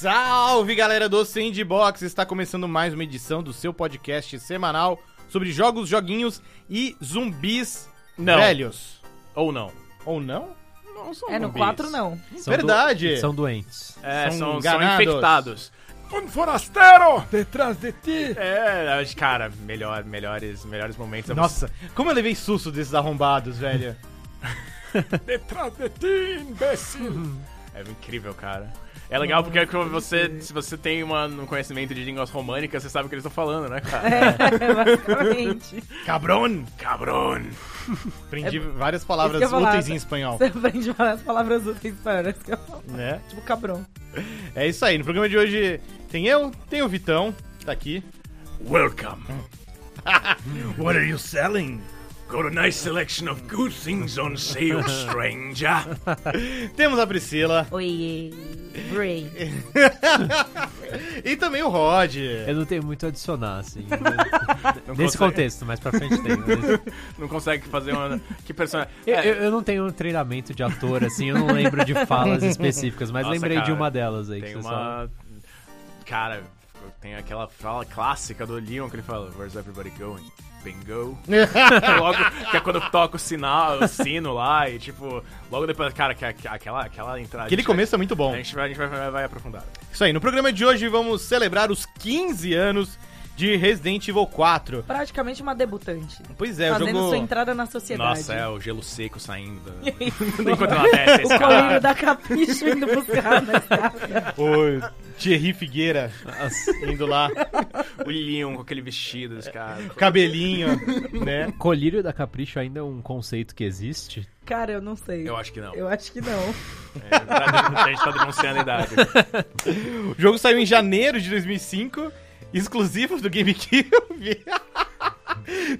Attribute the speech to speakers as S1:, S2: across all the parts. S1: Salve galera do Sandbox! Está começando mais uma edição do seu podcast semanal sobre jogos, joguinhos e zumbis
S2: Não.
S1: velhos.
S2: Ou não.
S1: Ou não? Não são
S3: É, no
S1: zumbis.
S3: 4 não.
S4: São do-
S1: Verdade.
S4: São doentes.
S2: É,
S1: São
S2: são, são,
S1: enganados.
S2: infectados. Um forasteiro! Detrás de ti! É, acho- cara, melhor, melhores, melhores momentos.
S1: Nossa, como eu levei susto desses arrombados, velho.
S2: Detrás de ti, imbecil! é incrível, cara. É legal porque quando você, se você tem uma, um conhecimento de línguas românicas, você sabe o que eles estão falando, né, cara?
S3: É, basicamente.
S1: Cabrón!
S2: Cabrón!
S1: Aprendi
S3: É-
S1: várias palavras
S3: Isso que eu ia falar.
S1: úteis em espanhol.
S3: Você aprende várias palavras úteis para isso que eu falo.
S1: Né?
S3: Tipo cabrão.
S1: É isso aí. No programa de hoje tem eu, tem o Vitão, que tá aqui. Hum.
S2: Welcome!
S1: What are you selling?
S2: Got a nice selection of good things on sale, stranger!
S1: Temos a Priscila
S3: Oi, Bray.
S1: e também o Rod.
S4: Eu não tenho muito a adicionar, assim. né? Nesse contexto, mas pra frente tem. mas-
S2: Não consegue fazer uma. Que personagem.
S4: Eu,
S3: É.
S4: eu- eu não tenho um treinamento de ator, assim, eu não lembro de falas específicas, mas
S2: Nossa,
S4: lembrei de
S2: cara,
S4: uma delas aí.
S2: Tem
S4: que você
S2: uma. Cara, tem aquela fala clássica do Leon que ele fala: Where's everybody going? Bingo. logo, que é quando toca o sinal, o sino lá, e tipo, logo depois, cara, que, que- aquela, aquela entrada.
S1: Aquele
S2: a gente vai-
S1: começo é muito bom.
S2: A gente vai, a gente vai, vai- vai aprofundar.
S1: Isso aí, no programa de hoje vamos celebrar os 15 anos de Resident Evil 4.
S3: Praticamente uma debutante.
S1: Pois é, o
S3: fazendo
S1: jogo.
S3: sua entrada na sociedade.
S2: Nossa, é o gelo seco saindo. Enquanto ela desce, esse
S3: O coleiro
S2: cara.
S3: da capricho indo buscar na estrada.
S1: O Thierry Figueira indo lá,
S2: O Leon com aquele vestido, esse cara.
S1: cabelinho, né?
S4: só- Colírio da Capricho ainda é um conceito que existe?
S3: Cara, eu não sei.
S2: Eu acho que não.
S3: Eu acho que não.
S2: É, a gente tá denunciando a idade.
S1: O jogo saiu em janeiro de 2005, exclusivo do GameCube.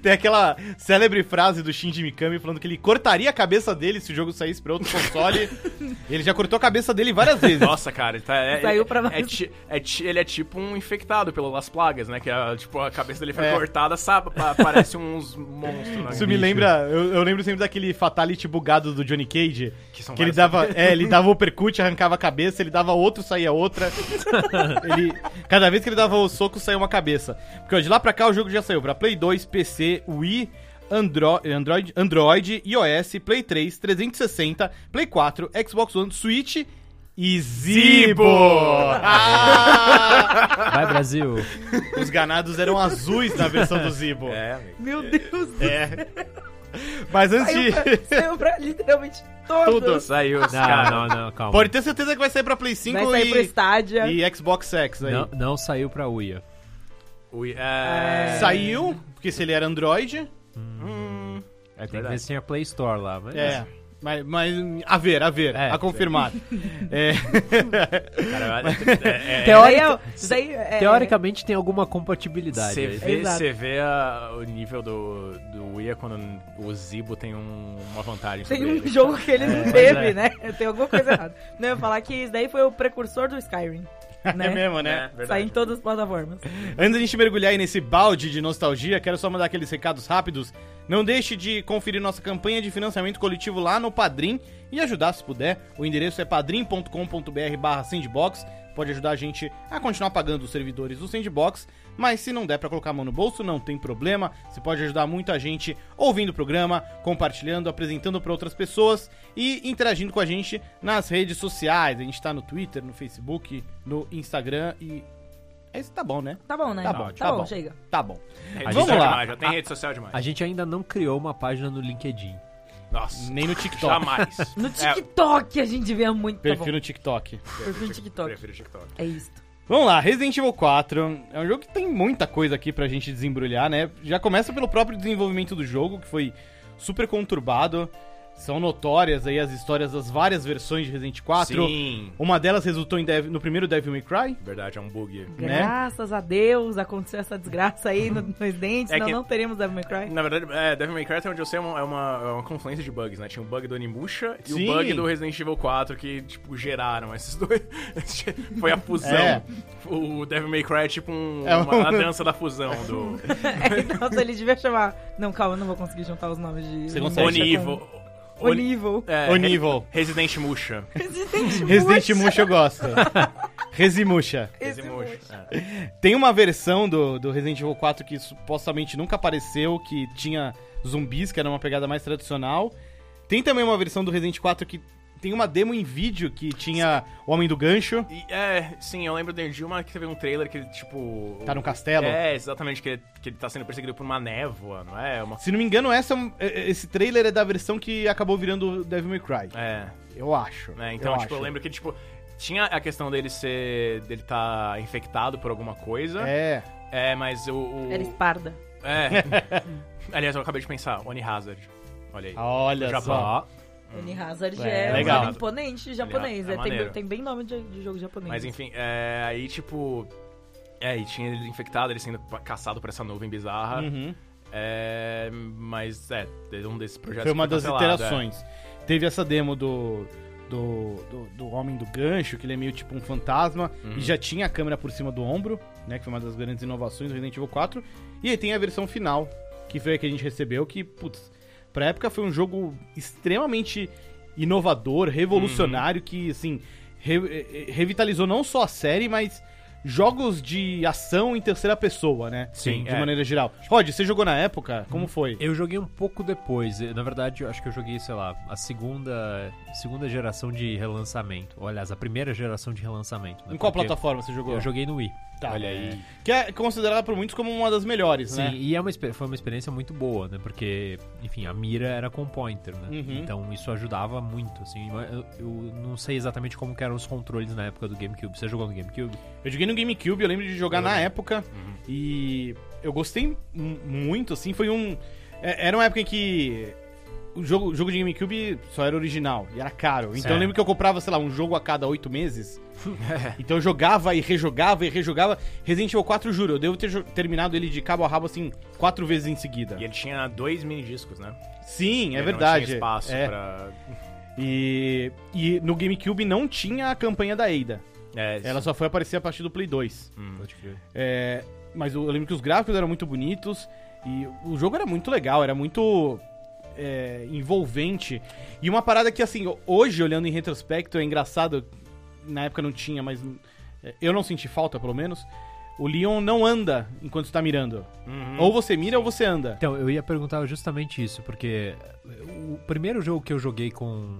S1: Tem aquela célebre frase do Shinji Mikami falando que ele cortaria a cabeça dele se o jogo saísse pra outro console. ele já cortou a cabeça dele várias vezes.
S2: Nossa, cara, ele tá. É,
S3: Saiu pra
S2: é-
S3: mais.
S2: é ti- é ti- Ele é tipo um infectado pelas plagas, né? Que a, tipo, a cabeça dele foi
S1: É.
S2: cortada, sabe? Pa- Parece uns monstros, né?
S1: Isso me
S4: Bicho.
S1: lembra, eu, eu lembro sempre daquele fatality bugado do Johnny Cage,
S2: Que são
S1: que ele
S2: vários.
S1: dava, é, ele dava o uppercut, arrancava a cabeça, ele dava outro, saía outra. ele, cada vez que ele dava o soco, saía uma cabeça. Porque ó, de lá pra cá o jogo já saiu pra Play 2, PC, Wii, Andro Android, Android, iOS, Play 3, 360, Play 4, Xbox One, Switch e Zibo. Ah!
S4: Vai, Brasil!
S1: Os ganados eram azuis na versão do Zibo.
S2: É, amigo.
S3: Meu Deus.
S1: É. Mas antes
S3: Saiu
S1: de...
S3: pra, saiu pra literalmente
S1: Tudo.
S3: todos.
S2: Saiu, esse cara.
S4: Não, não, não, calma.
S1: Pode ter certeza que vai sair pra Play 5
S3: Vai sair pro
S1: e,
S3: estádio.
S1: e Xbox X aí.
S4: Não, não saiu pra Uia.
S2: Ui, é...
S1: Saiu, porque se ele era Android.
S4: É, tem que
S2: verdade.
S4: ver se tinha Play Store lá, mas.
S1: É. Mas, mas a ver, a ver,
S4: É,
S1: a confirmar. É.
S2: Cara, é, é,
S4: Teó-
S3: Teórica, isso aí é,
S4: Teoricamente tem alguma compatibilidade.
S2: Você
S4: aí.
S2: é, vê,
S3: Exato.
S2: você vê a- o nível do, do Wii é quando o Zibo tem um- uma vantagem.
S3: Tem
S2: sobre
S3: um
S2: ele.
S3: jogo que ele não
S1: é.
S3: teve, né? Tem alguma coisa errada. Não, eu ia falar que isso daí foi o precursor do Skyrim. Né?
S1: É mesmo,
S2: É,
S1: né?
S2: verdade.
S3: Sai em todas as plataformas.
S1: Antes da gente mergulhar aí nesse balde de nostalgia, quero só mandar aqueles recados rápidos. Não deixe de conferir nossa campanha de financiamento coletivo lá no Padrim e ajudar se puder. O endereço é padrim.com.br barra sandbox. Pode ajudar a gente a continuar pagando os servidores do Sandbox, mas se não der pra colocar a mão no bolso, não tem problema. Você pode ajudar muita gente ouvindo o programa, compartilhando, apresentando pra outras pessoas e interagindo com a gente nas redes sociais. A gente tá no Twitter, no Facebook, no Instagram e. Esse tá bom, né?
S3: Tá bom, né?
S1: Tá bom, tá bom.
S3: chega.
S1: Tá bom.
S2: Rede
S1: Vamos
S2: social
S1: lá.
S2: demais, já tem rede social demais.
S4: A gente ainda não criou uma página no LinkedIn.
S2: Nossa,
S1: Nem no TikTok.
S2: jamais. Tá É,
S3: No TikTok a gente vê muito. Tá bom.
S1: Perfil no TikTok.
S3: Perfil no TikTok.
S2: Prefiro TikTok.
S3: É isto.
S1: Vamos lá, Resident Evil 4 é um jogo que tem muita coisa aqui pra gente desembrulhar, né? Já começa pelo próprio desenvolvimento do jogo, que foi super conturbado. São notórias aí as histórias das várias versões de Resident 4.
S2: Sim.
S1: Uma delas resultou em Dev- no primeiro Devil May Cry.
S2: Verdade, é um bug.
S1: Né?
S3: Graças a Deus aconteceu essa desgraça aí no, nos dentes,
S2: É
S3: senão
S2: que-
S3: não teremos Devil May Cry.
S2: Na verdade, é, Devil May Cry, até onde eu sei, é uma, é uma, é uma confluência de bugs, né? Tinha o bug do Onimusha e
S1: Sim.
S2: o bug do Resident Evil 4 que, tipo, geraram esses dois. Foi a fusão.
S1: É.
S2: O Devil May Cry é tipo um,
S1: É
S2: uma,
S1: um- É,
S2: a dança da fusão do
S3: É, nossa, ele devia chamar. Não, calma, eu não vou conseguir juntar os nomes de.
S1: Você consegue.
S3: Onimusha
S2: Oni Evil.
S3: O nível.
S2: É,
S1: O nível.
S2: Re- Resident Musha.
S3: Resident
S1: Resident Musha eu gosto. Resimucha.
S2: Resident
S3: Resident Evil.
S2: Musha. é.
S1: Tem uma versão do, do Resident Evil 4 que supostamente nunca apareceu, que tinha zumbis, que era uma pegada mais tradicional. Tem também uma versão do Resident 4 que tem uma demo em vídeo que tinha o Homem do Gancho,
S2: E, é, sim, eu lembro de uma que teve um trailer que ele, tipo.
S1: tá no castelo.
S2: É, exatamente, que ele, que ele tá sendo perseguido por uma névoa, não é? Uma.
S1: Se não me engano, essa, é um- é- é- esse trailer é da versão que acabou virando Devil May Cry.
S2: É.
S1: Eu acho.
S2: né? Então, tipo, eu
S1: acho.
S2: lembro que, tipo, tinha a questão dele ser. dele tá infectado por alguma coisa. É,
S1: É.
S2: mas o. o-
S3: Era esparda.
S2: É. Aliás, eu acabei de pensar, Oni Hazard. Olha aí.
S1: Olha
S2: Do Japão.
S1: só.
S3: Tony Hazard
S1: É,
S3: é, um
S1: legal.
S3: nome imponente japonês.
S2: É, é
S3: é,
S2: maneiro.
S3: tem, tem bem nome de, de jogo japonês.
S2: Mas enfim, é, aí, tipo. É, e tinha ele infectado, ele sendo pa- caçado por essa nuvem bizarra.
S1: Uhum.
S2: É, mas é, teve um desses projetos.
S1: Foi uma
S2: que
S1: das
S2: cancelado, é.
S1: iterações. Teve essa demo do, do, do, do Homem do Gancho, que ele é meio tipo um fantasma,
S2: Uhum.
S1: e já tinha a câmera por cima do ombro, né? Que foi uma das grandes inovações do Resident Evil 4. E aí tem a versão final, que foi a que a gente recebeu, que, putz, pra época foi um jogo extremamente inovador,
S2: Uhum.
S1: revolucionário, que, assim, re- eh, eh, revitalizou não só a série, mas jogos de ação em terceira pessoa, né?
S2: Sim,
S1: De
S2: é. Hum.
S1: maneira geral. Rod, você jogou na época? Como foi?
S4: Eu joguei um pouco depois. Eu, Na verdade, eu acho que eu joguei, sei lá, a segunda, segunda geração de relançamento. Ou, aliás, a primeira geração de relançamento. né?
S1: Em qual
S4: Porque
S1: plataforma você jogou?
S4: Eu joguei no Wii.
S1: Tá.
S2: Olha aí.
S1: Que é considerada por muitos como uma das melhores,
S4: Sim,
S1: né?
S4: e é uma, exper- foi uma experiência muito boa, né? Porque, enfim, a mira era com pointer, né?
S1: Uhum.
S4: Então isso ajudava muito, assim. mas Eu, eu não sei exatamente como que eram os controles na época do GameCube. Você jogou no GameCube?
S1: Eu joguei no GameCube, eu lembro de jogar
S2: né?
S1: na época.
S2: Uhum.
S1: E eu gostei mu- muito, assim. Foi um. é- Era uma época em que. O jogo, o jogo de GameCube só era original e era caro. Então eu
S4: Certo.
S1: lembro que eu comprava, sei lá, um jogo a cada oito meses. então eu jogava e rejogava e rejogava. Resident Evil 4, juro, eu devo ter jo- terminado ele de cabo a rabo, assim, quatro vezes em seguida.
S2: é. E ele tinha dois mini discos, né?
S1: Sim, é
S2: Ele
S1: verdade.
S2: Não tinha espaço
S1: é.
S2: pra.
S1: E, e no GameCube não tinha a campanha da Ada.
S2: É,
S1: Ela só foi aparecer a partir do Play 2.
S2: Hum.
S4: Pode crer.
S1: É, mas eu lembro que os gráficos eram muito bonitos e o jogo era muito legal, era muito é, envolvente. E uma parada que, assim, hoje, olhando em retrospecto, é engraçado. Na época não tinha, mas é, eu não senti falta, pelo menos. O Leon não anda enquanto está mirando.
S2: Uhum.
S1: Ou você mira ou você anda.
S4: Então, eu ia perguntar justamente isso, porque eh, o primeiro jogo que eu joguei com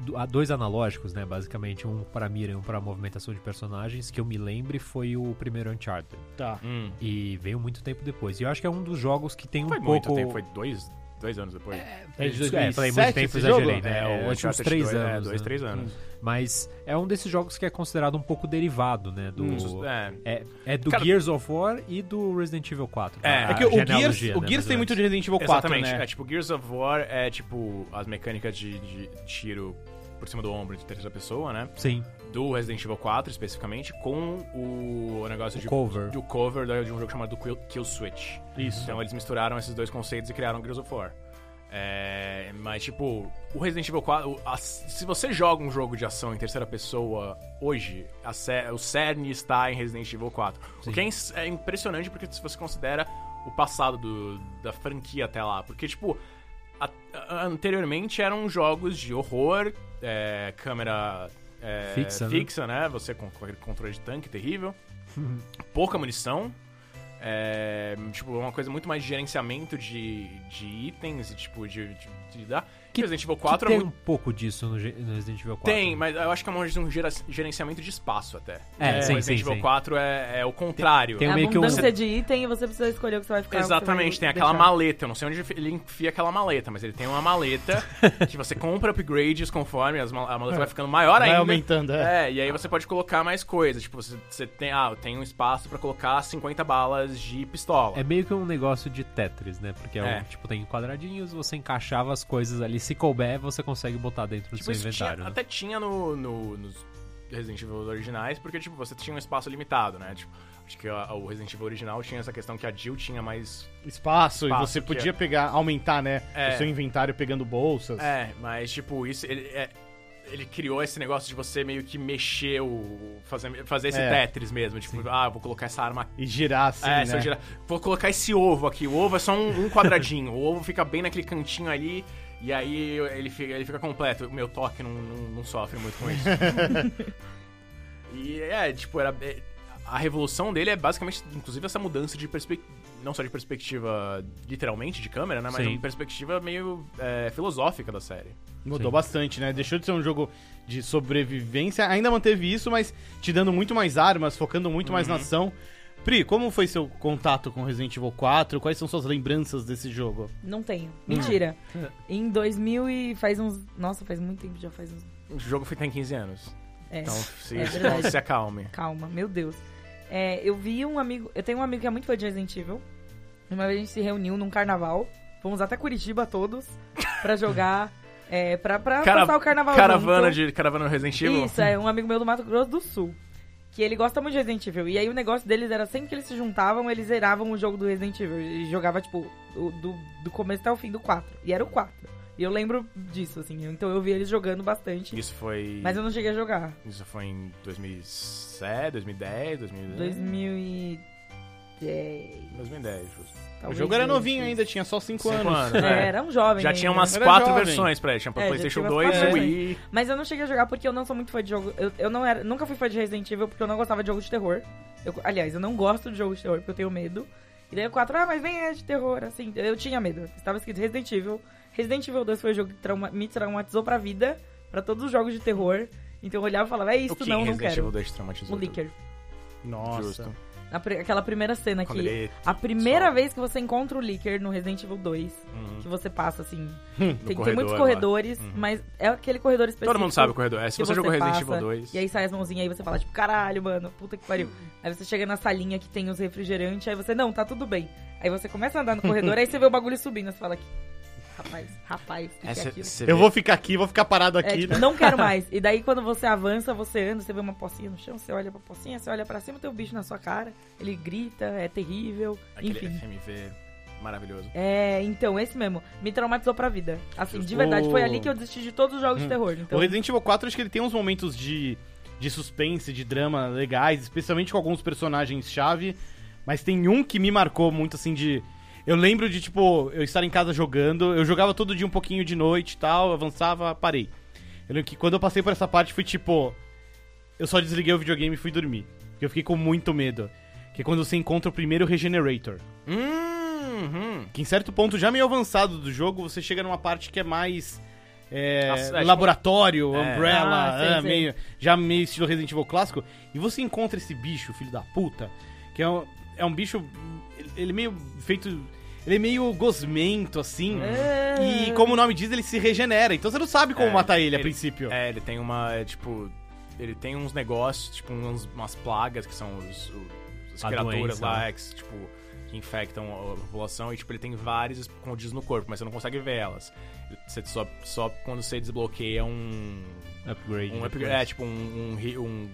S4: do- a- dois analógicos, né, basicamente, um para mira e um para movimentação de personagens, que eu me lembre foi o primeiro Uncharted.
S1: Tá.
S2: Hum.
S4: E veio muito tempo depois. E eu acho que é um dos jogos que tem um
S2: Foi
S4: pouco
S2: muito tempo, foi dois, dois anos depois.
S1: É de
S4: É, falei
S1: 2007
S4: muito tempo,
S1: esse
S4: exagerei,
S1: jogo?
S4: né?
S2: É,
S4: eu
S2: o
S4: acho uns
S2: Uncharted
S4: três
S2: dois- é,
S4: anos.
S2: dois,
S4: né?
S2: três anos.
S4: Mas é um desses jogos que é considerado um pouco derivado, né? Do,
S2: É,
S4: é, é do
S2: Cara-
S4: Gears of War e do Resident Evil 4.
S2: É,
S4: Hum, a
S1: É que o Gears,
S4: genealogia,
S1: o
S4: né,
S1: Gears
S4: mais
S1: tem
S4: ou
S1: muito
S4: menos.
S1: de Resident Evil 4,
S2: exatamente.
S1: né?
S2: É tipo, Gears of War é tipo as mecânicas de, de tiro por cima do ombro de terceira pessoa, né?
S4: Sim,
S2: Do Resident Evil 4, especificamente, com o negócio
S4: o
S2: de,
S4: cover.
S2: do cover da- de um jogo chamado Kill, Kill Switch.
S1: Isso.
S2: Então eles misturaram esses dois conceitos e criaram Gears of War. É, mas, tipo, o Resident Evil 4. o- a- se você joga um jogo de ação em terceira pessoa hoje, a ce- o cerne está em Resident Evil 4. O que é, ins- é impressionante porque se você considera o passado do- da franquia até lá. Porque, tipo, a- a- anteriormente eram jogos de horror, é, câmera é,
S4: Fixa, né?
S2: fixa, né? Você com, com aquele controle de tanque terrível, pouca munição. É, tipo, uma coisa muito mais de gerenciamento de, de itens e tipo de, de, de dar.
S4: Que-
S2: Resident Evil 4 é
S4: 4 tem
S2: muito.
S4: um pouco disso no, Ge- no Resident Evil 4.
S2: Tem,
S4: né?
S2: mas eu acho que é mais um gera- gerenciamento de espaço até.
S4: É, sim,
S2: o Resident
S4: sim,
S2: Evil
S4: sim.
S2: 4 é, é o contrário.
S4: Tem
S3: É
S4: um meio que um-
S3: abundância de item e você precisa escolher o que você vai ficar. o que você
S2: Exatamente, tem
S3: vai
S2: aquela
S3: deixar.
S2: maleta. Eu não sei onde ele enfia aquela maleta, mas ele tem uma maleta que você compra upgrades conforme as mal- a
S4: É.
S2: maleta vai ficando maior
S1: Vai
S2: ainda.
S1: aumentando, é.
S2: É, e aí você pode colocar mais coisas. Tipo, você, você tem. Ah, eu tenho um espaço pra colocar 50 balas de pistola.
S4: É meio que um negócio de Tetris, né? Porque é um,
S2: É.
S4: tipo, tem quadradinhos, você encaixava as coisas ali. Se couber, você consegue botar dentro do
S2: Tipo,
S4: seu
S2: isso tinha-
S4: inventário. né?
S2: até tinha no, no- nos Resident Evil originais, porque, tipo, você tinha um espaço limitado, né? Tipo, acho que a- o Resident Evil original tinha essa questão que a Jill tinha mais...
S1: Espaço, e
S2: Espaço,
S1: você
S2: que
S1: podia
S2: é.
S1: pegar, aumentar, né?
S2: É.
S1: O seu inventário pegando bolsas.
S2: É, mas, tipo, isso... Ele, é- ele criou esse negócio de você meio que mexer o... Fazer, fazer esse
S1: É.
S2: Tetris mesmo. Tipo, ah, vou colocar essa arma
S1: E girar assim,
S2: é,
S1: né?
S2: se eu girar. Vou colocar esse ovo aqui. O ovo é só um, um quadradinho. o ovo fica bem naquele cantinho ali. E aí eu- ele fica, ele fica completo. O meu toque não, não, não sofre muito com isso. e é, tipo, era. é, A revolução dele é basicamente, inclusive, essa mudança de perspectiva. Não só de perspectiva literalmente de câmera, né? Mas
S4: Sim.
S2: uma perspectiva meio é, filosófica da série.
S1: Mudou
S4: Sim.
S1: bastante, né? Deixou de ser um jogo de sobrevivência, ainda manteve isso, mas te dando muito mais armas, focando muito mais na ação. Pri, como foi seu contato com Resident Evil 4? Quais são suas lembranças desse jogo?
S3: Não tenho.
S2: Ah.
S3: Mentira.
S2: É.
S3: Em 2000 e faz uns... Nossa, faz muito tempo já, faz uns...
S2: O jogo foi tem 15 anos.
S3: É,
S2: Então se,
S3: é
S2: então
S3: verdade.
S2: se acalme.
S3: calma, meu Deus. É, eu vi um amigo... Eu tenho um amigo que é muito fã de Resident Evil. Uma vez a gente se reuniu num carnaval. Fomos até Curitiba todos pra jogar... É, pra, pra
S2: Cara-
S3: passar o carnaval
S2: Caravana
S3: junto.
S2: de caravana no Resident Evil.
S3: Isso, é um amigo meu do Mato Grosso do Sul. Que ele gosta muito de Resident Evil. E aí o negócio deles era sempre que eles se juntavam, eles zeravam o jogo do Resident Evil. E jogava, tipo, o- do, do começo até o fim do 4. E era o 4. E eu lembro disso, assim. Então eu vi eles jogando bastante.
S2: Isso foi.
S3: Mas eu não cheguei a jogar.
S2: Isso foi em 2007, 2010,
S1: É.
S2: 2010.
S3: 2010.
S2: 2010, justo.
S1: o
S3: é, talvez
S1: jogo era
S3: dois,
S1: novinho
S3: dois.
S1: ainda, tinha só 5
S2: Cinco
S1: anos.
S2: anos,
S3: É,
S2: né?
S3: era um jovem.
S2: Já
S3: ainda.
S2: tinha umas
S1: Era
S2: quatro
S1: jovem.
S2: versões pra ele. Tinha pra
S3: É, já
S2: PlayStation
S3: tinha
S2: 2
S3: umas
S2: e
S3: quatro
S2: Wii.
S3: Mas eu não cheguei a jogar porque eu não sou muito fã de jogo. Eu, eu não era, nunca fui fã de Resident Evil porque eu não gostava de jogo de terror. Eu- aliás, eu não gosto de jogo de terror porque eu tenho medo. E daí o 4, ah, mas nem é de terror, assim. Eu tinha medo. Estava escrito Resident Evil. Resident Evil 2 foi o jogo que trauma- me traumatizou pra vida, pra todos os jogos de terror. Então eu olhava e falava, é isso,
S2: o que
S3: não,
S2: em
S3: não
S2: Resident Evil
S3: quero.
S2: 2 traumatizou?
S3: O Licker.
S1: Nossa.
S2: Justo.
S3: A pri- aquela primeira cena
S2: Quando
S3: que.
S2: ele-
S3: A primeira
S2: sobe.
S3: vez que você encontra o Licker no Resident Evil 2,
S2: Uhum.
S3: que você passa assim.
S2: No
S3: Tem, tem
S2: corredor
S3: muitos
S2: lá.
S3: corredores,
S2: Uhum.
S3: mas é aquele corredor específico.
S2: Todo mundo sabe o corredor. É, se
S3: que
S2: você, jogou Resident Evil
S3: passa,
S2: 2.
S3: E aí sai as mãozinhas aí você fala, tipo, caralho, mano, puta que pariu. Aí você chega na salinha que tem os refrigerantes, aí você, não, tá tudo bem. Aí você começa a andar no corredor, aí você vê o bagulho subindo, você fala, rapaz, rapaz, o
S2: É,
S3: que, que é
S2: cê-
S3: aquilo?
S2: cê
S1: Eu
S2: vê-
S1: vou ficar aqui, vou ficar parado
S3: É,
S1: aqui.
S3: tipo,
S1: né?
S3: não quero mais. E daí quando você avança, você anda, você vê uma pocinha no chão, você olha pra pocinha, você olha pra cima, tem um bicho na sua cara, ele grita, é terrível,
S2: Aquele
S3: enfim.
S2: FMV maravilhoso.
S3: É, então, esse mesmo, me traumatizou pra vida. Assim, de
S1: O-
S3: verdade, foi ali que eu desisti de todos os jogos
S1: Hum.
S3: de terror. Então,
S1: O Resident Evil 4, acho que ele tem uns momentos de, de suspense, de drama legais, especialmente com alguns personagens-chave. Mas tem um que me marcou muito, assim, de... Eu lembro de, tipo, eu estar em casa jogando. Eu jogava todo dia um pouquinho de noite e tal, avançava, parei. Eu lembro que quando eu passei por essa parte, fui tipo... Eu só desliguei o videogame e fui dormir. Porque eu fiquei com muito medo. Que é quando você encontra o primeiro Regenerator.
S2: Uhum.
S1: Que em certo ponto, já meio avançado do jogo, você chega numa parte que é mais. é,
S2: Nossa, é, tipo-
S1: laboratório,
S2: É.
S1: Umbrella,
S3: Ah, sei,
S1: é,
S3: sei.
S1: Meio, já meio estilo Resident Evil clássico. E você encontra esse bicho, filho da puta, que é um, é um bicho. ele- Ele é meio feito. Ele é meio gosmento, assim.
S3: É.
S1: E como o nome diz, ele se regenera. Então você não sabe como
S2: É,
S1: matar ele, a
S2: ele-
S1: princípio.
S2: É, ele tem uma, é, tipo... Ele tem uns negócios, tipo, uns- umas plagas que são os, os- as
S4: A
S2: criaturas
S4: doença,
S2: lá,
S4: né?
S2: é, que, tipo, que infectam a a população. E, tipo, ele tem várias escondidas no corpo, mas você não consegue ver elas. Você só, só quando você desbloqueia um...
S4: Upgrade.
S2: Um upgrade,
S4: depois.
S2: é, tipo um, um, ri- um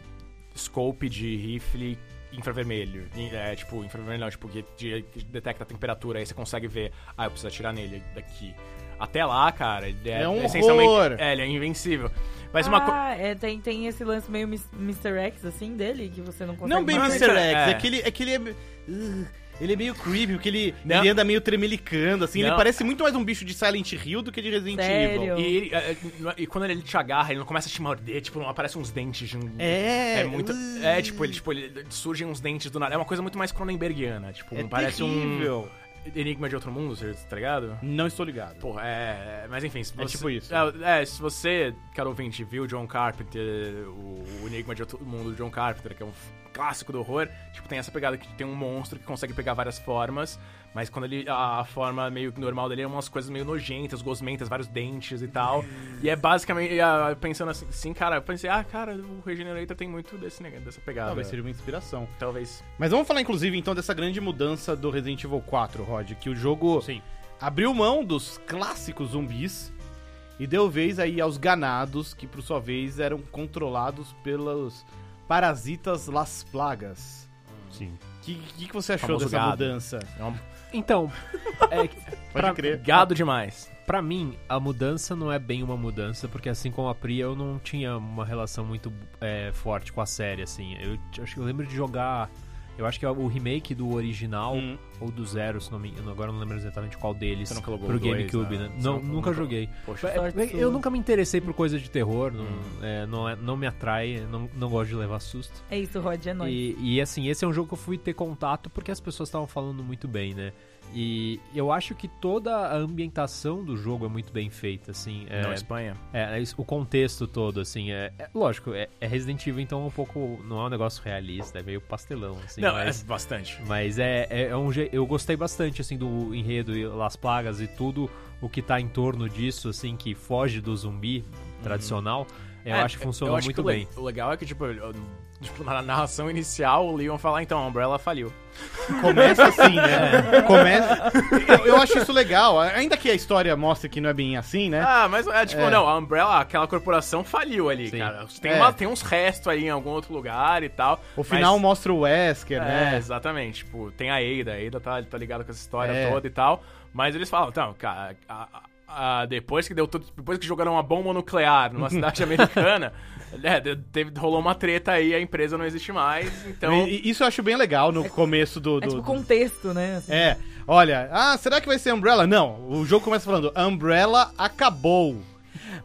S2: scope de rifle infravermelho. In- É, tipo, infravermelho não, tipo, que, de- que detecta a temperatura, aí você consegue ver. Ah, eu preciso atirar nele daqui. Até lá, cara, ele é,
S1: É um
S2: essencialmente-
S1: horror.
S2: É, ele é invencível. Mas uma coisa.
S3: Ah, é, tem, tem esse lance meio Mis- Mr. X, assim, dele, que você não consegue...
S1: Não bem
S2: Mas-
S1: Mr. X, é.
S2: é.
S1: que ele é. Que ele é uh, ele é meio creepy, porque ele,
S2: Não.
S1: ele anda meio tremelicando, assim. Ele
S2: Não.
S1: parece muito mais um bicho de Silent Hill do que de Resident
S3: Sério?
S1: Evil.
S2: E, ele- é, é, não é- e quando ele te agarra, ele não começa a te morder, tipo, não aparecem uns dentes de um.
S1: É,
S2: É muito.
S1: uh.
S2: É, tipo, ele, tipo, ele surgem uns dentes do nada. É uma coisa muito mais Cronenbergiana. Tipo,
S1: É
S2: parece
S1: terrível.
S2: um Enigma de Outro Mundo, você tá ligado?
S1: Não estou ligado.
S2: Porra, é. Mas enfim, se
S1: É
S2: você.
S1: tipo isso.
S2: É, é, se você, cara ouvinte, viu John Carpenter, o, o Enigma de Outro Mundo do John Carpenter, que é um f- clássico do horror, tipo, tem essa pegada que tem um monstro que consegue pegar várias formas, mas quando ele. A, a forma meio que normal dele é umas coisas meio nojentas, gosmentas, vários dentes e tal. e é basicamente. e, ah, Pensando assim, sim, cara, eu pensei, ah, cara, o Regenerator tem muito desse, neg- dessa pegada.
S1: Talvez seria uma inspiração.
S2: Talvez.
S1: Mas vamos falar, inclusive, então, dessa grande mudança do Resident Evil 4, Rod. Que o jogo
S4: Sim.
S1: abriu mão dos clássicos zumbis e deu vez aí aos ganados, que por sua vez eram controlados pelos parasitas Las Plagas.
S4: Sim.
S1: O que, que, que você achou
S2: Famoso
S1: dessa
S2: gado.
S1: mudança?
S2: É um
S4: Então, é, que- pra-
S2: gado demais.
S4: Pra mim, a mudança não é bem uma mudança, porque assim como a Pri, eu não tinha uma relação muito é, forte com a série, assim. Eu t- acho que eu lembro de jogar Eu acho que é o remake do original
S1: Hum.
S4: ou do zero, se não me engano. Agora eu não lembro exatamente qual deles.
S2: Você nunca jogou
S4: pro
S2: o dois,
S4: GameCube,
S2: né?
S4: né?
S2: Você nunca-
S4: Não, nunca
S2: nunca-
S4: joguei.
S2: Poxa.
S4: É, bem, eu nunca me interessei por coisa de terror, não,
S2: Hum.
S4: é, não, é- não me atrai, não, não gosto de levar susto.
S3: É isso, Rod, é nóis.
S4: E, e, assim, esse é um jogo que eu fui ter contato porque as pessoas estavam falando muito bem, né? E eu acho que toda a ambientação do jogo é muito bem feita, assim. É,
S2: Não, Espanha.
S4: é, é isso, o contexto todo, assim, é, é- lógico, é, é Resident Evil, então é um pouco, não é um negócio realista, é meio pastelão, assim,
S2: não,
S4: mas,
S2: é bastante.
S4: mas é, é, é um je- eu gostei bastante, assim, do enredo e Las Plagas e tudo o que tá em torno disso, assim, que foge do zumbi tradicional, eu
S2: Uhum. É,
S4: acho que funcionou
S2: eu acho
S4: muito
S2: que o le-
S4: bem.
S2: O legal é que, tipo, eu- tipo, na narração inicial, o Leon fala, então, a Umbrella faliu.
S1: Começa assim, né? Começa. Eu, eu acho isso legal. Ainda que a história mostre que não é bem assim, né?
S2: Ah, mas é tipo,
S1: É.
S2: não, a Umbrella, aquela corporação faliu ali,
S4: Sim.
S2: cara. Tem,
S1: É.
S2: uma- tem uns restos ali em algum outro lugar e tal.
S1: O final
S2: mas-
S1: mostra o Wesker,
S2: É,
S1: né?
S2: exatamente. Tipo, tem a Ada, a Ada tá, tá ligada com essa história
S1: É.
S2: toda e tal. Mas eles falam, então, cara, a- a- a- depois que deu tudo. Depois que jogaram uma bomba nuclear numa cidade americana, né, de- teve, rolou uma treta aí, a empresa não existe mais, então.
S1: E- e Isso eu acho bem legal no começo do.
S3: É
S1: do-
S3: tipo contexto, né? assim.
S1: É, olha, ah, será que vai ser Umbrella? Não, o jogo começa falando, Umbrella acabou.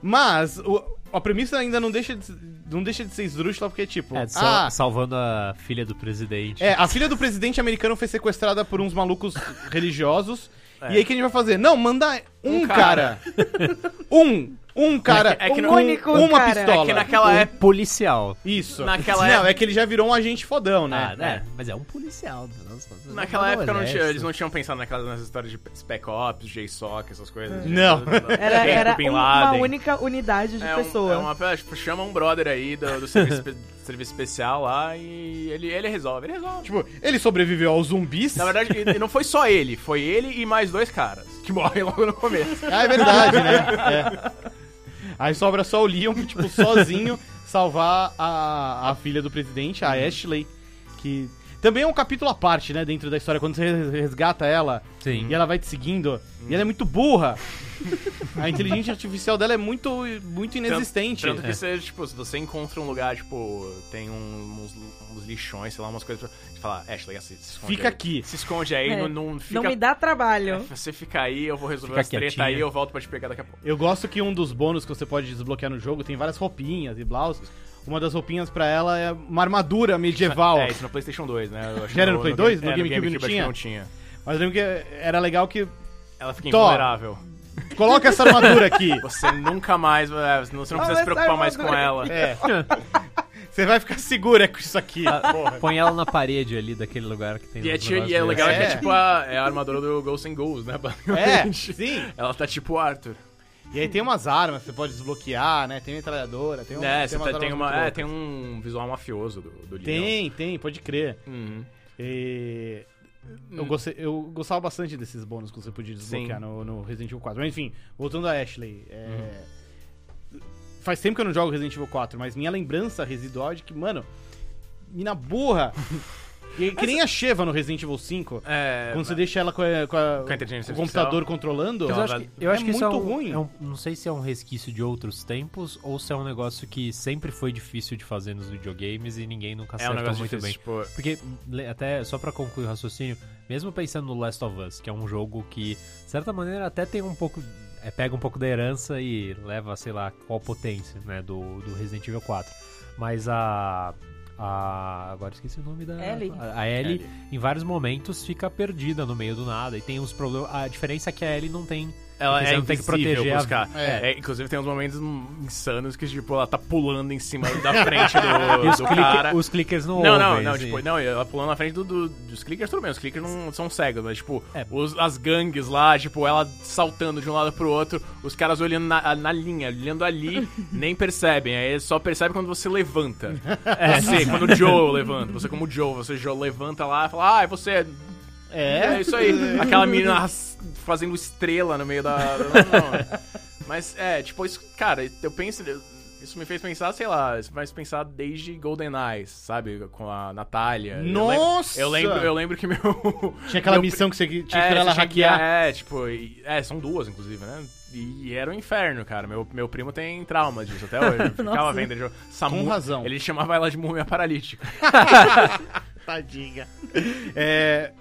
S1: Mas o- a premissa ainda não deixa de, não deixa de ser esdrúxula, porque tipo,
S4: É, sal-
S1: ah,
S4: salvando a filha do presidente.
S1: é, a filha do presidente americano foi sequestrada por uns malucos religiosos, e aí o que a gente vai fazer? Não, manda um,
S2: É. Um
S1: cara.
S2: cara.
S1: um, um cara,
S2: É que- é que
S1: um,
S2: não-
S1: único uma
S3: cara.
S1: pistola.
S2: É que naquela
S4: um
S2: época.
S4: policial.
S1: Isso.
S2: naquela
S1: não,
S2: época-
S1: é que ele já virou um agente fodão, né?
S4: Ah, né? Mas é um policial. nossa,
S2: Naquela
S4: não é um
S2: época não tinha-
S4: exército.
S2: eles não tinham pensado naquelas, nas histórias de Spec Ops, JSOC, essas coisas.
S1: Não.
S3: Era,
S1: é,
S2: Bin
S3: era
S2: Laden.
S3: uma única unidade de
S2: É um-
S3: pessoa.
S2: é uma- tipo, chama um brother aí do, do serviço, espe- serviço especial lá e ele, ele resolve, ele resolve.
S1: Tipo, ele sobreviveu aos zumbis.
S2: Na verdade, e- e não foi só ele, foi ele e mais dois caras que morrem logo no começo.
S1: Ah, é verdade, né? É. Aí sobra só o Leon, tipo, sozinho, salvar a, a filha do presidente, a Ashley, que também é um capítulo à parte, né, dentro da história, quando você res- resgata ela
S4: Sim.
S1: e ela vai te seguindo, e ela é muito burra. A inteligência artificial dela é muito, muito inexistente. É.
S2: Tanto que você, tipo, se você encontra um lugar, tipo, tem um- uns, uns lixões, sei lá, umas coisas, pra- você fala, Ashley, assim, se, se esconde
S1: Fica
S2: aí.
S1: aqui.
S2: Se esconde aí,
S3: É.
S2: não, não fica...
S3: Não me dá
S1: É,
S3: trabalho.
S2: Você fica aí, eu vou resolver
S4: Fica
S2: as treta
S4: quietinha.
S2: aí, eu volto pra te pegar daqui a pouco.
S1: Eu gosto que um dos bônus que você pode desbloquear no jogo tem várias roupinhas e blouses. Uma das roupinhas pra ela é uma armadura medieval.
S2: É, isso no Playstation 2, né? Eu acho
S1: Já era
S2: que
S1: no Play 2?
S2: Game-
S1: No
S2: é,
S1: GameCube não
S2: acho que
S1: tinha?
S2: não tinha.
S1: Mas eu lembro que era legal que
S2: Ela fica
S1: Tó.
S2: invulnerável.
S1: coloca essa armadura aqui.
S2: Você nunca mais. é, Você não você não
S3: Ah,
S2: precisa se
S3: mas
S2: preocupar
S3: sai
S2: mais com
S3: voadora.
S2: ela.
S1: É. Você vai ficar segura com isso aqui.
S2: Ah,
S1: porra.
S4: Põe ela na parede ali daquele lugar que tem.
S2: E é,
S4: uns
S2: ti- e
S4: negócios
S2: é
S4: desse.
S2: legal que
S1: É.
S2: é tipo a, é a armadura do Ghosts and Ghouls, né?
S1: É,
S2: basicamente.
S1: sim.
S2: Ela tá tipo o Arthur.
S1: E aí tem umas armas, que você pode desbloquear, né? Tem metralhadora, tem um.
S2: né? Você
S1: umas
S2: tá- tem,
S1: armas muito
S2: uma, é, um
S1: loucas.
S2: tem um visual mafioso do, do Leon.
S1: Tem, tem, pode crer.
S2: Uhum.
S1: E- Eu, gostei- eu gostava bastante desses bônus que você podia desbloquear
S2: Sim.
S1: no, no Resident Evil 4. Mas enfim, voltando a Ashley. é,
S2: Uhum.
S1: Faz tempo que eu não jogo Resident Evil 4, mas minha lembrança residual é de que, mano, mina burra. E que nem a Sheva no Resident Evil 5.
S2: É.
S1: Quando você deixa ela com, a- com a-
S2: Com a inteligência
S1: o computador
S2: artificial.
S1: controlando,
S4: Mas eu acho que, eu
S1: é
S4: acho que isso
S1: muito
S4: é um-
S1: ruim.
S4: é um- não sei se é um resquício de outros tempos ou se é um negócio que sempre foi difícil de fazer nos videogames e ninguém
S2: é um
S4: nunca acertou
S2: negócio
S4: muito
S2: muito difícil,
S4: bem.
S2: Tipo,
S4: Porque, le- até só pra concluir o raciocínio, mesmo pensando no Last of Us, que é um jogo que, de certa maneira, até tem um pouco. é, pega um pouco da herança e leva, sei lá, qual potência, né, do, do Resident Evil 4. Mas a. a agora esqueci o nome da.
S3: Ellie.
S4: A, a Ellie, em vários momentos, fica perdida no meio do nada e tem uns problemas. A diferença é que a Ellie não tem.
S2: ela
S4: Porque
S2: é
S4: você não tem que
S2: invisível
S4: proteger a-
S2: pros caras.
S1: É.
S2: É, inclusive tem uns momentos insanos que, tipo, ela tá pulando em cima da frente do,
S4: E os,
S2: do
S4: clique-
S2: Ah, cara.
S4: os clickers não
S2: Não,
S4: ouvem.
S2: não, não,
S4: assim.
S2: tipo, não, ela pulando na frente do, do- dos clickers, tudo bem, os clickers não são cegos, mas, tipo,
S4: É.
S2: os- as gangues lá, tipo, ela saltando de um lado pro outro, os caras olhando na, na linha, olhando ali, nem percebem, aí só percebe quando você levanta.
S4: É.
S2: Você, quando o Joe levanta, você como Joe, você Joe levanta lá e fala, ah, é você... É, isso aí, aquela menina ras- fazendo estrela no meio da... não, não. Mas, é, tipo, isso, cara, eu penso... Isso me fez pensar, sei lá, isso me faz pensar desde Golden Eyes, sabe? Com a Natália. Eu lembro-
S1: Nossa!
S2: Eu lembro, eu lembro que meu.
S1: Tinha aquela
S2: meu-
S1: missão que você tinha que
S2: É,
S1: esperar ela
S2: você tinha que-
S1: hackear.
S2: É, tipo, e- é, são duas, inclusive, né? E, era um inferno, cara. Meu, meu primo tem trauma disso até hoje. Eu Ficava
S3: Nossa.
S2: vendo ele jogo. Samu,
S1: razão.
S2: Ele chamava ela de múmia paralítica.
S1: Tadinha. É,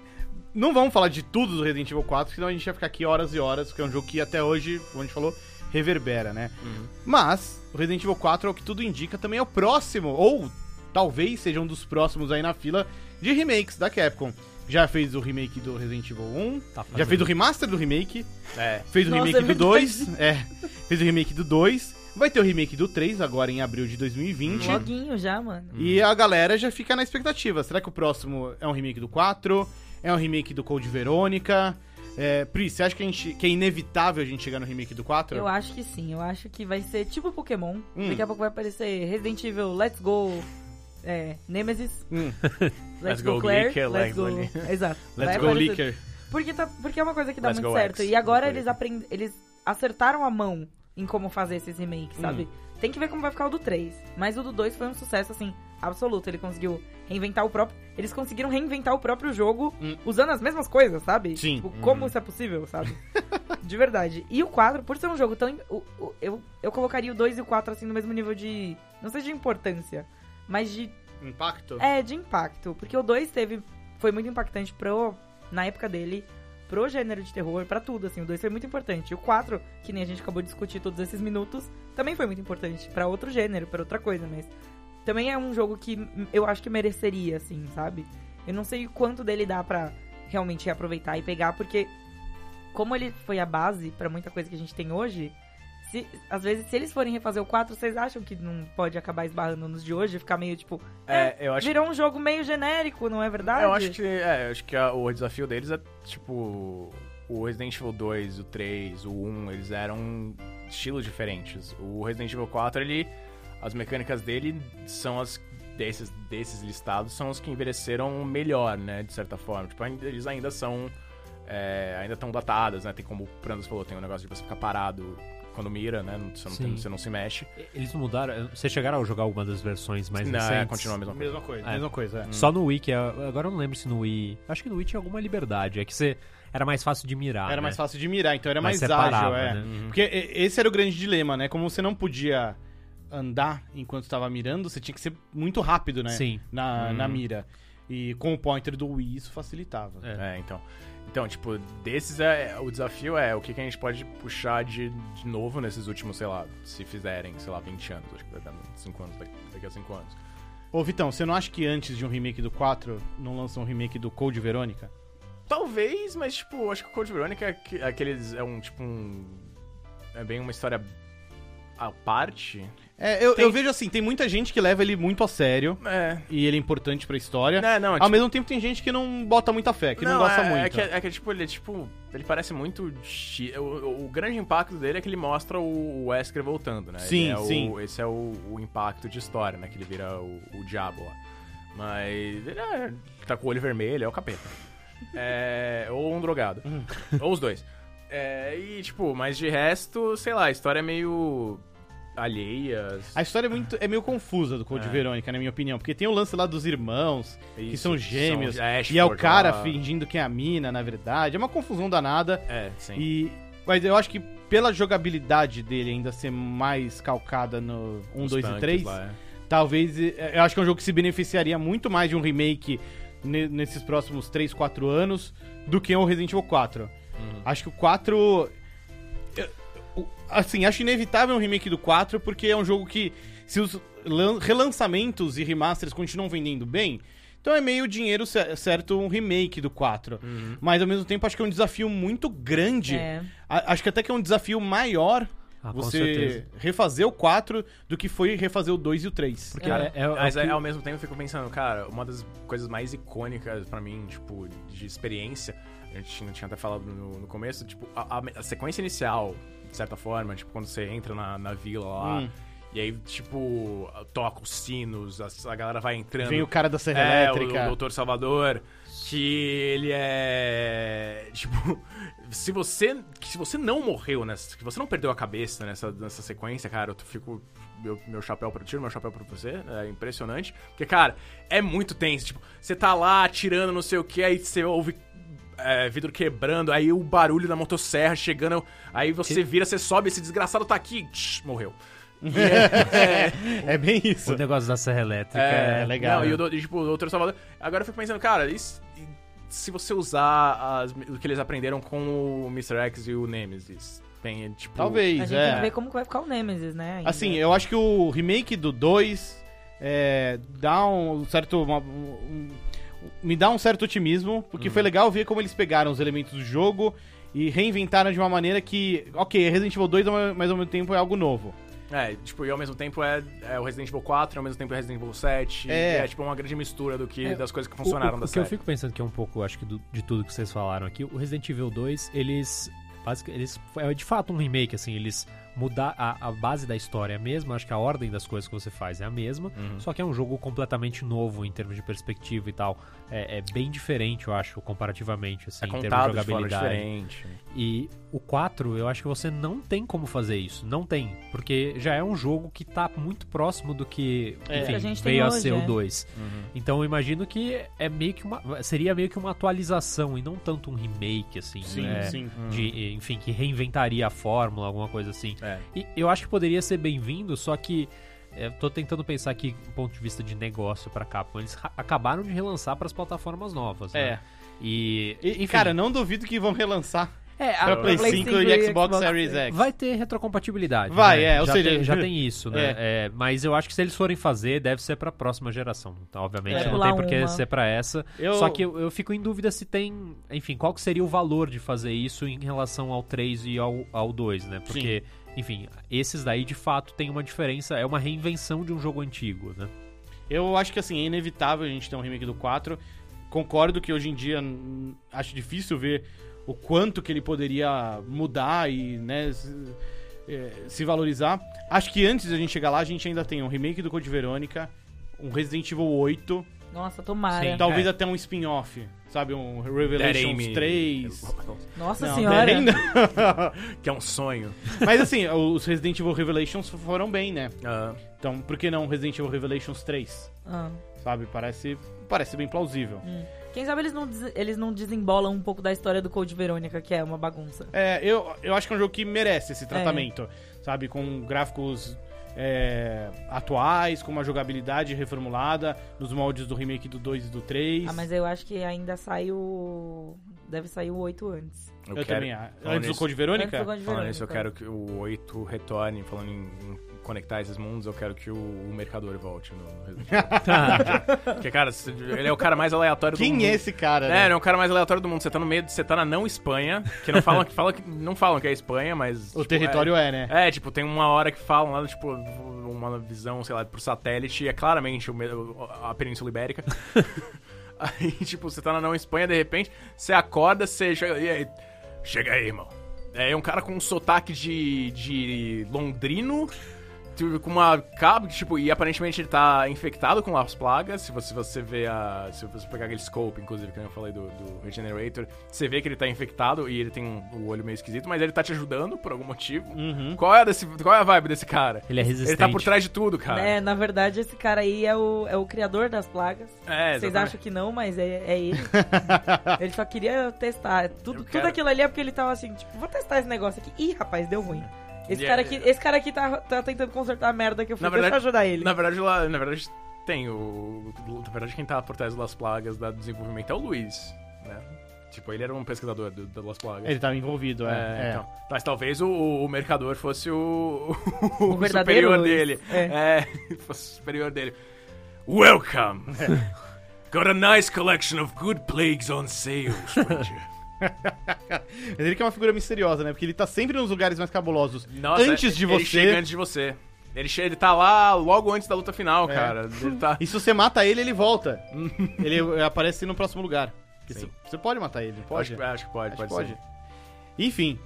S1: não vamos falar de tudo do Resident Evil 4, senão a gente ia ficar aqui horas e horas, porque é um jogo que até hoje, como a gente falou, reverbera, né?
S2: Uhum.
S1: Mas o Resident Evil 4, ao que tudo indica, também é o próximo, ou talvez seja um dos próximos aí na fila de remakes da Capcom. Já fez o remake do Resident Evil 1,
S4: Tá
S1: já
S4: fazendo.
S1: fez o remaster do remake,
S2: É.
S1: fez o
S3: Nossa,
S1: remake
S3: é
S1: do 2, é, fez o remake do 2, vai ter o remake do 3 agora em abril de 2020.
S3: Loguinho Um já, mano.
S1: E a galera já fica na expectativa. Será que o próximo é um remake do 4? É um remake do Code Verônica? É, Pri, você acha que, a gente, que é inevitável a gente chegar no remake do 4?
S3: Eu acho que sim, eu acho que vai ser tipo Pokémon.
S1: Hum.
S3: Daqui a pouco vai aparecer Resident Evil Let's Go, é, Nemesis,
S1: Hum.
S3: Let's,
S2: Let's
S3: Go,
S2: Go
S3: Claire,
S2: Leaker,
S3: Let's Go...
S2: League.
S3: Exato.
S1: Let's
S3: Vai
S1: go,
S3: aparecer-
S1: Licker.
S3: Porque, tá, porque é uma coisa que dá
S2: Let's
S3: muito
S2: go,
S3: certo.
S2: X.
S3: E agora
S2: Let's go,
S3: eles, aprend... eles acertaram a mão em como fazer esses remakes, sabe? Tem que ver como vai ficar o do 3. Mas o do 2 foi um sucesso, assim, absoluto. Ele conseguiu reinventar o próprio... Eles conseguiram reinventar o próprio jogo
S1: Hum.
S3: usando as mesmas coisas, sabe?
S1: Sim.
S3: Tipo, como isso é possível, sabe? de verdade. E o 4, por ser um jogo tão... im- o- o- eu, eu colocaria o 2 e o 4, assim, no mesmo nível de... Não sei de importância, mas de
S1: Impacto?
S3: é, de impacto. Porque o 2 teve. Foi muito impactante pro. Na época dele, pro gênero de terror, pra tudo, assim. O 2 foi muito importante. O 4, que nem a gente acabou de discutir todos esses minutos, também foi muito importante. pra outro gênero, pra outra coisa, mas. Também é um jogo que hum, eu acho que mereceria, assim, sabe? Eu não sei quanto dele dá pra realmente aproveitar e pegar, porque. Como ele foi a base pra muita coisa que a gente tem hoje. Se, às vezes, se eles forem refazer o 4, vocês acham que não pode acabar esbarrando nos de hoje? Ficar meio tipo,
S2: É, eu acho
S3: Virou um jogo meio genérico, não é verdade?
S2: Eu acho que, é, eu acho que a- o desafio deles é, tipo, o Resident Evil 2, o 3, o 1, eles eram estilos diferentes. O Resident Evil 4, ele, as mecânicas dele são as desses, desses listados, são os que envelheceram melhor, né, de certa forma. Tipo, ainda- eles ainda são, é, ainda estão datadas, né, tem como o Prandas falou, tem o negócio de você ficar parado quando mira, né, você não, tem-
S4: Sim.
S2: você não se mexe.
S4: Eles mudaram. Vocês chegaram a jogar alguma das versões mais
S2: não, é,
S4: recentes?
S2: continua a mesma coisa.
S1: Mesma coisa,
S4: É.
S1: mesma coisa, é.
S4: Só no Wii, que é- agora eu não lembro se no Wii. Acho que no Wii tinha alguma liberdade. É que você era mais fácil de mirar.
S1: Era
S4: né?
S1: mais fácil de mirar, então era
S4: Mas
S1: mais ágil,
S4: separava,
S1: é.
S4: né?
S1: Porque e- esse era o grande dilema, né? Como você não podia andar enquanto estava mirando, você tinha que ser muito rápido, né?
S4: Sim. Uhum.
S1: Na, na
S2: Hum.
S1: mira. E com o pointer do Wii, isso facilitava.
S4: É.
S2: É, então. Então, tipo, desses é, o desafio é o que, que a gente pode puxar de, de novo nesses últimos, sei lá, se fizerem, sei lá, 20 anos, acho que vai dar 5 anos, daqui, daqui a 5 anos.
S1: Ô, Vitão, você não acha que antes de um remake do 4, não lança um remake do Code Verônica?
S2: Talvez, mas tipo, acho que o Code Veronica é aque- aqueles é um tipo um é bem uma história à parte.
S1: É, eu,
S2: Tem-
S1: eu vejo assim, tem muita gente que leva ele muito a sério
S2: É.
S1: e ele é importante pra história.
S2: Não, não, é,
S1: Ao mesmo tempo tem gente que não bota muita fé, que tipo não, gosta
S2: é,
S1: muito.
S2: É que, é que, tipo, ele é tipo. Ele parece muito. chi- O, o grande impacto dele é que ele mostra o Wesker voltando, né? Ele
S1: Sim,
S2: é o-
S1: sim.
S2: esse é o, o impacto de história, né? Que ele vira o, o diabo lá. Mas ele é, tá com o olho vermelho, é o capeta. É, ou um drogado.
S1: Hum.
S2: ou os dois. É, e, tipo, mas de resto, sei lá, a história é meio alheia.
S1: A história é, muito, é meio confusa do Code
S2: É.
S1: Verônica, na minha opinião, porque tem o lance lá dos irmãos, que
S2: Isso,
S1: são gêmeos,
S2: são-
S1: e é o
S2: Ashford
S1: cara
S2: lá.
S1: fingindo que é a mina, na verdade. É uma confusão danada.
S2: É, sim.
S1: E, mas eu acho que pela jogabilidade dele ainda ser mais calcada no 1,
S2: Os
S1: 2 um, e
S2: tanques
S1: 3,
S2: lá, é.
S1: talvez. eh, Eu acho que é um jogo que se beneficiaria muito mais de um remake ne- nesses próximos 3, 4 anos do que o Resident Evil 4.
S4: Uhum.
S1: Acho que o 4. eu- o- Assim, acho inevitável um remake do 4, porque é um jogo que, se os lan- relançamentos e remasters continuam vendendo bem, então é meio dinheiro cer- certo um remake do 4.
S4: Uhum.
S1: Mas ao mesmo tempo, acho que é um desafio muito grande.
S3: É.
S1: A- Acho que até que é um desafio maior
S4: Ah, com
S1: você
S4: certeza.
S1: refazer o 4 do que foi refazer o 2 e o 3.
S4: Porque
S2: Cara,
S4: é, é, o
S2: mas é-
S4: que-
S2: ao mesmo tempo eu fico pensando, cara, uma das coisas mais icônicas pra mim, tipo, de experiência, a gente tinha, tinha até falado no, no começo, tipo, a, a- a sequência inicial, de certa forma, tipo, quando você entra na, na vila lá,
S1: Hum.
S2: e aí, tipo, toca os sinos, a, a galera vai entrando.
S1: Vem o cara da Serra
S2: É,
S1: Elétrica.
S2: o Dr. Salvador, que ele é. Tipo, se você. que Se você não morreu nessa. Que você não perdeu a cabeça nessa, nessa sequência, cara, eu fico. Meu, meu chapéu pra tiro, meu chapéu pra você. É impressionante. Porque, cara, é muito tenso. Tipo, você tá lá atirando, não sei o que, aí você ouve. é, vidro quebrando, aí o barulho da motosserra chegando, aí você vira, você sobe, esse desgraçado tá aqui, tch, morreu.
S1: É bem isso.
S4: O negócio da serra elétrica.
S1: É, legal,
S2: Não,
S1: né?
S2: e o do, e, tipo, o Doutor Salvador. Agora eu fico pensando, cara, isso- e se você usar as- o que eles aprenderam com o Mr. X e o Nemesis, tem, tipo.
S1: Talvez,
S3: A gente
S1: é.
S3: tem que ver como que vai ficar o Nemesis, né? ainda.
S1: Assim, eu acho que o remake do 2 é, dá um certo. uma- um- um- me dá um certo otimismo, porque foi legal ver como eles pegaram os elementos do jogo e reinventaram de uma maneira que. Ok, é Resident Evil 2, mas ao mesmo tempo é algo novo.
S2: É, tipo, e ao mesmo tempo é, é o Resident Evil 4, ao mesmo tempo é Resident Evil 7.
S1: É.
S2: É, tipo uma grande mistura do que,
S4: É,
S2: das coisas que
S4: O-
S2: funcionaram
S4: o,
S2: da
S4: o que eu
S2: série.
S4: fico pensando que é um pouco, acho que do- de tudo que vocês falaram aqui, o Resident Evil 2, eles basic- eles é de fato um remake assim, eles mudar a, a base da história é a mesma, acho que a ordem das coisas que você faz é a mesma, só que é um jogo completamente novo em termos de perspectiva e tal. É, é bem diferente, eu acho, comparativamente assim,
S2: É
S4: em termos de
S2: contado de forma
S4: jogabilidade.
S2: diferente.
S4: E o 4, eu acho que você não tem como fazer isso. Não tem. Porque já é um jogo que tá muito próximo do que,
S1: É. Uhum.
S4: enfim,
S3: Que a gente tem
S4: veio a
S3: hoje,
S4: ser
S3: é.
S4: o 2. Então eu imagino que é meio que uma. Seria meio que uma atualização e não tanto um remake, assim. né?
S1: sim. Uhum.
S4: De, enfim, que reinventaria a fórmula, alguma coisa assim.
S2: É.
S4: E eu acho que poderia ser bem-vindo, só que. é, tô tentando pensar aqui do ponto de vista de negócio pra Capcom. Eles ra- acabaram de relançar pras plataformas novas.
S1: É.
S4: Né? E,
S1: E, e,
S4: enfim,
S1: cara, não duvido que vão relançar
S4: é, a-
S1: pra Play
S3: Ah, Play
S1: 5
S3: cinco
S1: e
S3: e
S1: Xbox
S3: Xbox
S1: Series é. X.
S4: Vai ter retrocompatibilidade.
S1: Vai,
S4: né?
S1: é, ou
S4: já
S1: seja,
S4: tem, já tem isso, né?
S1: é.
S4: É, mas eu acho que se eles forem fazer, deve ser pra próxima geração. Tá, Obviamente,
S1: É.
S4: não
S3: Pular
S4: tem por que
S3: uma.
S4: ser pra essa.
S1: Eu-
S4: Só que eu, eu fico em dúvida se tem. Enfim, qual que seria o valor de fazer isso em relação ao 3 e ao, ao 2, né? Porque, enfim, esses daí de fato tem uma diferença. É uma reinvenção de um jogo antigo, né?
S1: Eu acho que assim, é inevitável a gente ter um remake do 4. Concordo que hoje em dia hum, acho difícil ver o quanto que ele poderia mudar e né, se, eh, se valorizar. Acho que antes da gente chegar lá, a gente ainda tem um remake do Code Verônica, um Resident Evil 8,
S3: Nossa, tomara.
S4: Sim.
S1: talvez
S4: É.
S1: até um spin-off, sabe? Um
S2: Dead
S1: Revelations
S2: Aim.
S1: 3.
S3: Nossa
S1: Não,
S3: senhora.
S1: ainda-
S2: que é um sonho.
S1: Mas assim, os Resident Evil Revelations foram bem, né?
S2: Ah,
S1: Então, por que não Resident Evil Revelations 3?
S3: Ah.
S1: Sabe? Parece, parece bem plausível.
S3: Quem sabe eles não, des- eles não desembolam um pouco da história do Code Verônica, que é uma bagunça.
S1: É, eu, eu acho que é um jogo que merece esse tratamento, sabe? Com gráficos é, atuais, com uma jogabilidade reformulada, nos moldes do remake do 2 e do 3.
S3: Ah, mas eu acho que ainda sai o. Deve sair o 8 antes.
S1: eu,
S2: quero-
S1: também acho.
S2: falando
S1: Antes do
S2: nisso-
S1: Code
S3: Antes do
S1: Verônica?
S3: Code
S2: Falando nisso,
S3: Verônica.
S2: eu quero que o 8 retorne. Falando em, em conectar esses mundos, eu quero que o, o Mercador volte no no Resident Evil. Porque, cara, se- ele é o cara mais aleatório do
S1: Tá. Quem
S2: mundo.
S1: é esse cara?
S2: É,
S1: né?
S2: ele é o cara mais aleatório do mundo. Você tá no meio, você tá na não Espanha, que não falam que, fala que, não falam que é Espanha, mas.
S1: O território é, né?
S2: É, tipo, tem uma hora que falam lá, tipo, uma visão, sei lá, pro satélite, e é claramente o me- o- a Península Ibérica. aí, tipo, você tá na não Espanha, de repente, você acorda, você chega. E aí, chega aí, irmão. É um cara com um sotaque de, de londrino, tu- com uma cabo, tipo, e aparentemente ele tá infectado com as plagas. Se você, você vê a. Se você pegar aquele scope, inclusive, que eu falei do, do Regenerator, você vê que ele tá infectado e ele tem um- o olho meio esquisito, mas ele tá te ajudando por algum motivo.
S1: Uhum.
S2: Qual é, desse, qual é a vibe desse cara?
S4: Ele é resistente.
S2: Ele tá por trás de tudo, cara.
S3: É, na verdade, esse cara aí é o, é o criador das plagas.
S2: É,
S3: Vocês
S2: exatamente.
S3: acham que não, mas é, é ele. ele só queria testar. Tudo,
S2: Eu quero.
S3: tudo aquilo ali é porque ele tava assim, tipo, vou testar esse negócio aqui. Ih, rapaz, deu ruim. Esse
S2: E
S3: cara
S2: é-
S3: aqui, esse cara aqui tá, tá tentando consertar a merda que eu fiz,
S2: Na
S3: deixa eu
S2: verdade-
S3: ajudar ele.
S2: Na verdade, lá, na verdade, tem o. Na verdade, quem tá por trás do Las Plagas da desenvolvimento é o Luiz, né? Tipo, ele era um pesquisador do, do Las Plagas.
S1: Ele tava envolvido, é.
S2: É,
S1: é.
S2: então. Mas talvez o, o mercador fosse o, o,
S3: verdadeiro
S2: superior
S3: Luiz.
S2: dele. É. fosse o superior dele. Welcome! Got a nice collection of good plagues on sale, stranger.
S1: Mas ele que é uma figura misteriosa, né? Porque ele tá sempre nos lugares mais cabulosos.
S2: Nossa,
S1: antes de
S2: ele
S1: você.
S2: chega antes de você. Ele, che- ele tá lá logo antes da luta final,
S1: É.
S2: cara. Ele tá...
S1: E se você mata ele, ele volta. ele eh, aparece no próximo lugar. Porque
S2: Sim.
S1: Você você pode matar ele. não
S2: Pode, acho que pode,
S1: Acho
S2: pode,
S1: que pode.
S2: ser.
S1: Enfim,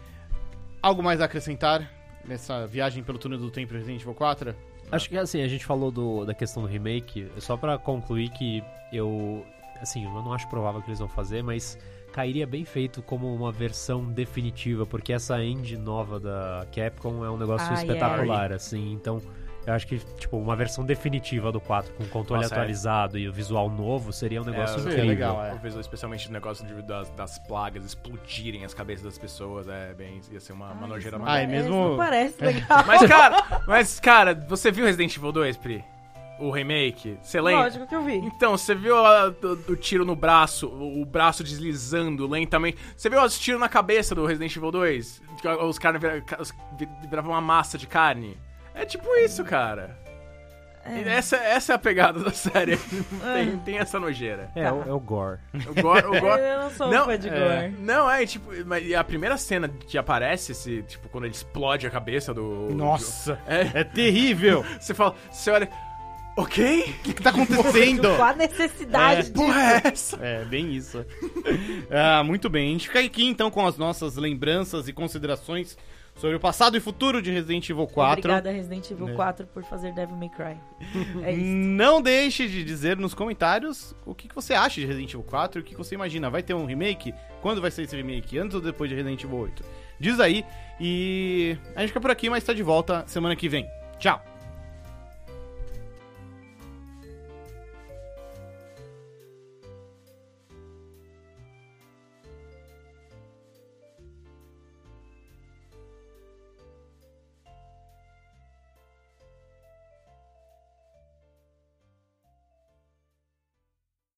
S1: algo mais a acrescentar nessa viagem pelo túnel do tempo Resident Evil 4?
S4: Acho que assim, a gente falou do- da questão do remake, só pra concluir que eu assim, eu não acho provável que eles vão fazer, mas cairia bem feito como uma versão definitiva, porque essa engine nova da Capcom é um negócio
S3: Ah, é.
S4: espetacular assim, então Eu acho que, tipo, uma versão definitiva do 4 com controle
S2: Nossa, é.
S4: atualizado e o visual novo seria um negócio
S1: seria
S4: incrível.
S1: legal, é.
S2: O visual, especialmente o negócio de- das, das plagas explodirem as cabeças das pessoas, é bem. ia ser uma, uma nojeira
S1: Ah, é
S2: mais.
S1: mesmo-
S3: Não parece tá legal.
S2: Mas, cara, mas, cara, você viu Resident Evil 2, Pri? O remake? Você lembra?
S3: Lógico que eu vi.
S2: Então, você viu a- o, o tiro no braço, o, o braço deslizando lentamente. Você viu os tiros na cabeça do Resident Evil 2? Que Os caras vira- ca- os- vi- viravam uma massa de carne. É tipo isso, cara. E Essa, essa é a pegada da série. tem, tem essa nojeira.
S4: É, é o, é o gore.
S2: O gore, o gore-
S3: Eu não sou
S2: Não,
S3: um fã de gore.
S4: é.
S2: Não, é tipo, mas e a primeira cena que aparece, esse, tipo, quando ele explode a cabeça do.
S1: Nossa,
S2: É.
S1: é terrível.
S2: Você fala, você olha. Ok?
S1: O que, que tá acontecendo?
S3: Qual a necessidade de...
S2: Porra, é essa?
S1: É, bem isso. ah, muito bem. A gente fica aqui então com as nossas lembranças e considerações sobre o passado e futuro de Resident Evil 4.
S3: Obrigada, Resident Evil
S2: Né.
S1: É.
S3: 4, por fazer Devil May Cry. É isso.
S1: Não deixe de dizer nos comentários o que, que você acha de Resident Evil 4 e o que que você imagina. Vai ter um remake? Quando vai ser esse remake? Antes ou depois de Resident Evil 8? Diz aí. E a gente fica por aqui, mas tá de volta semana que vem. Tchau!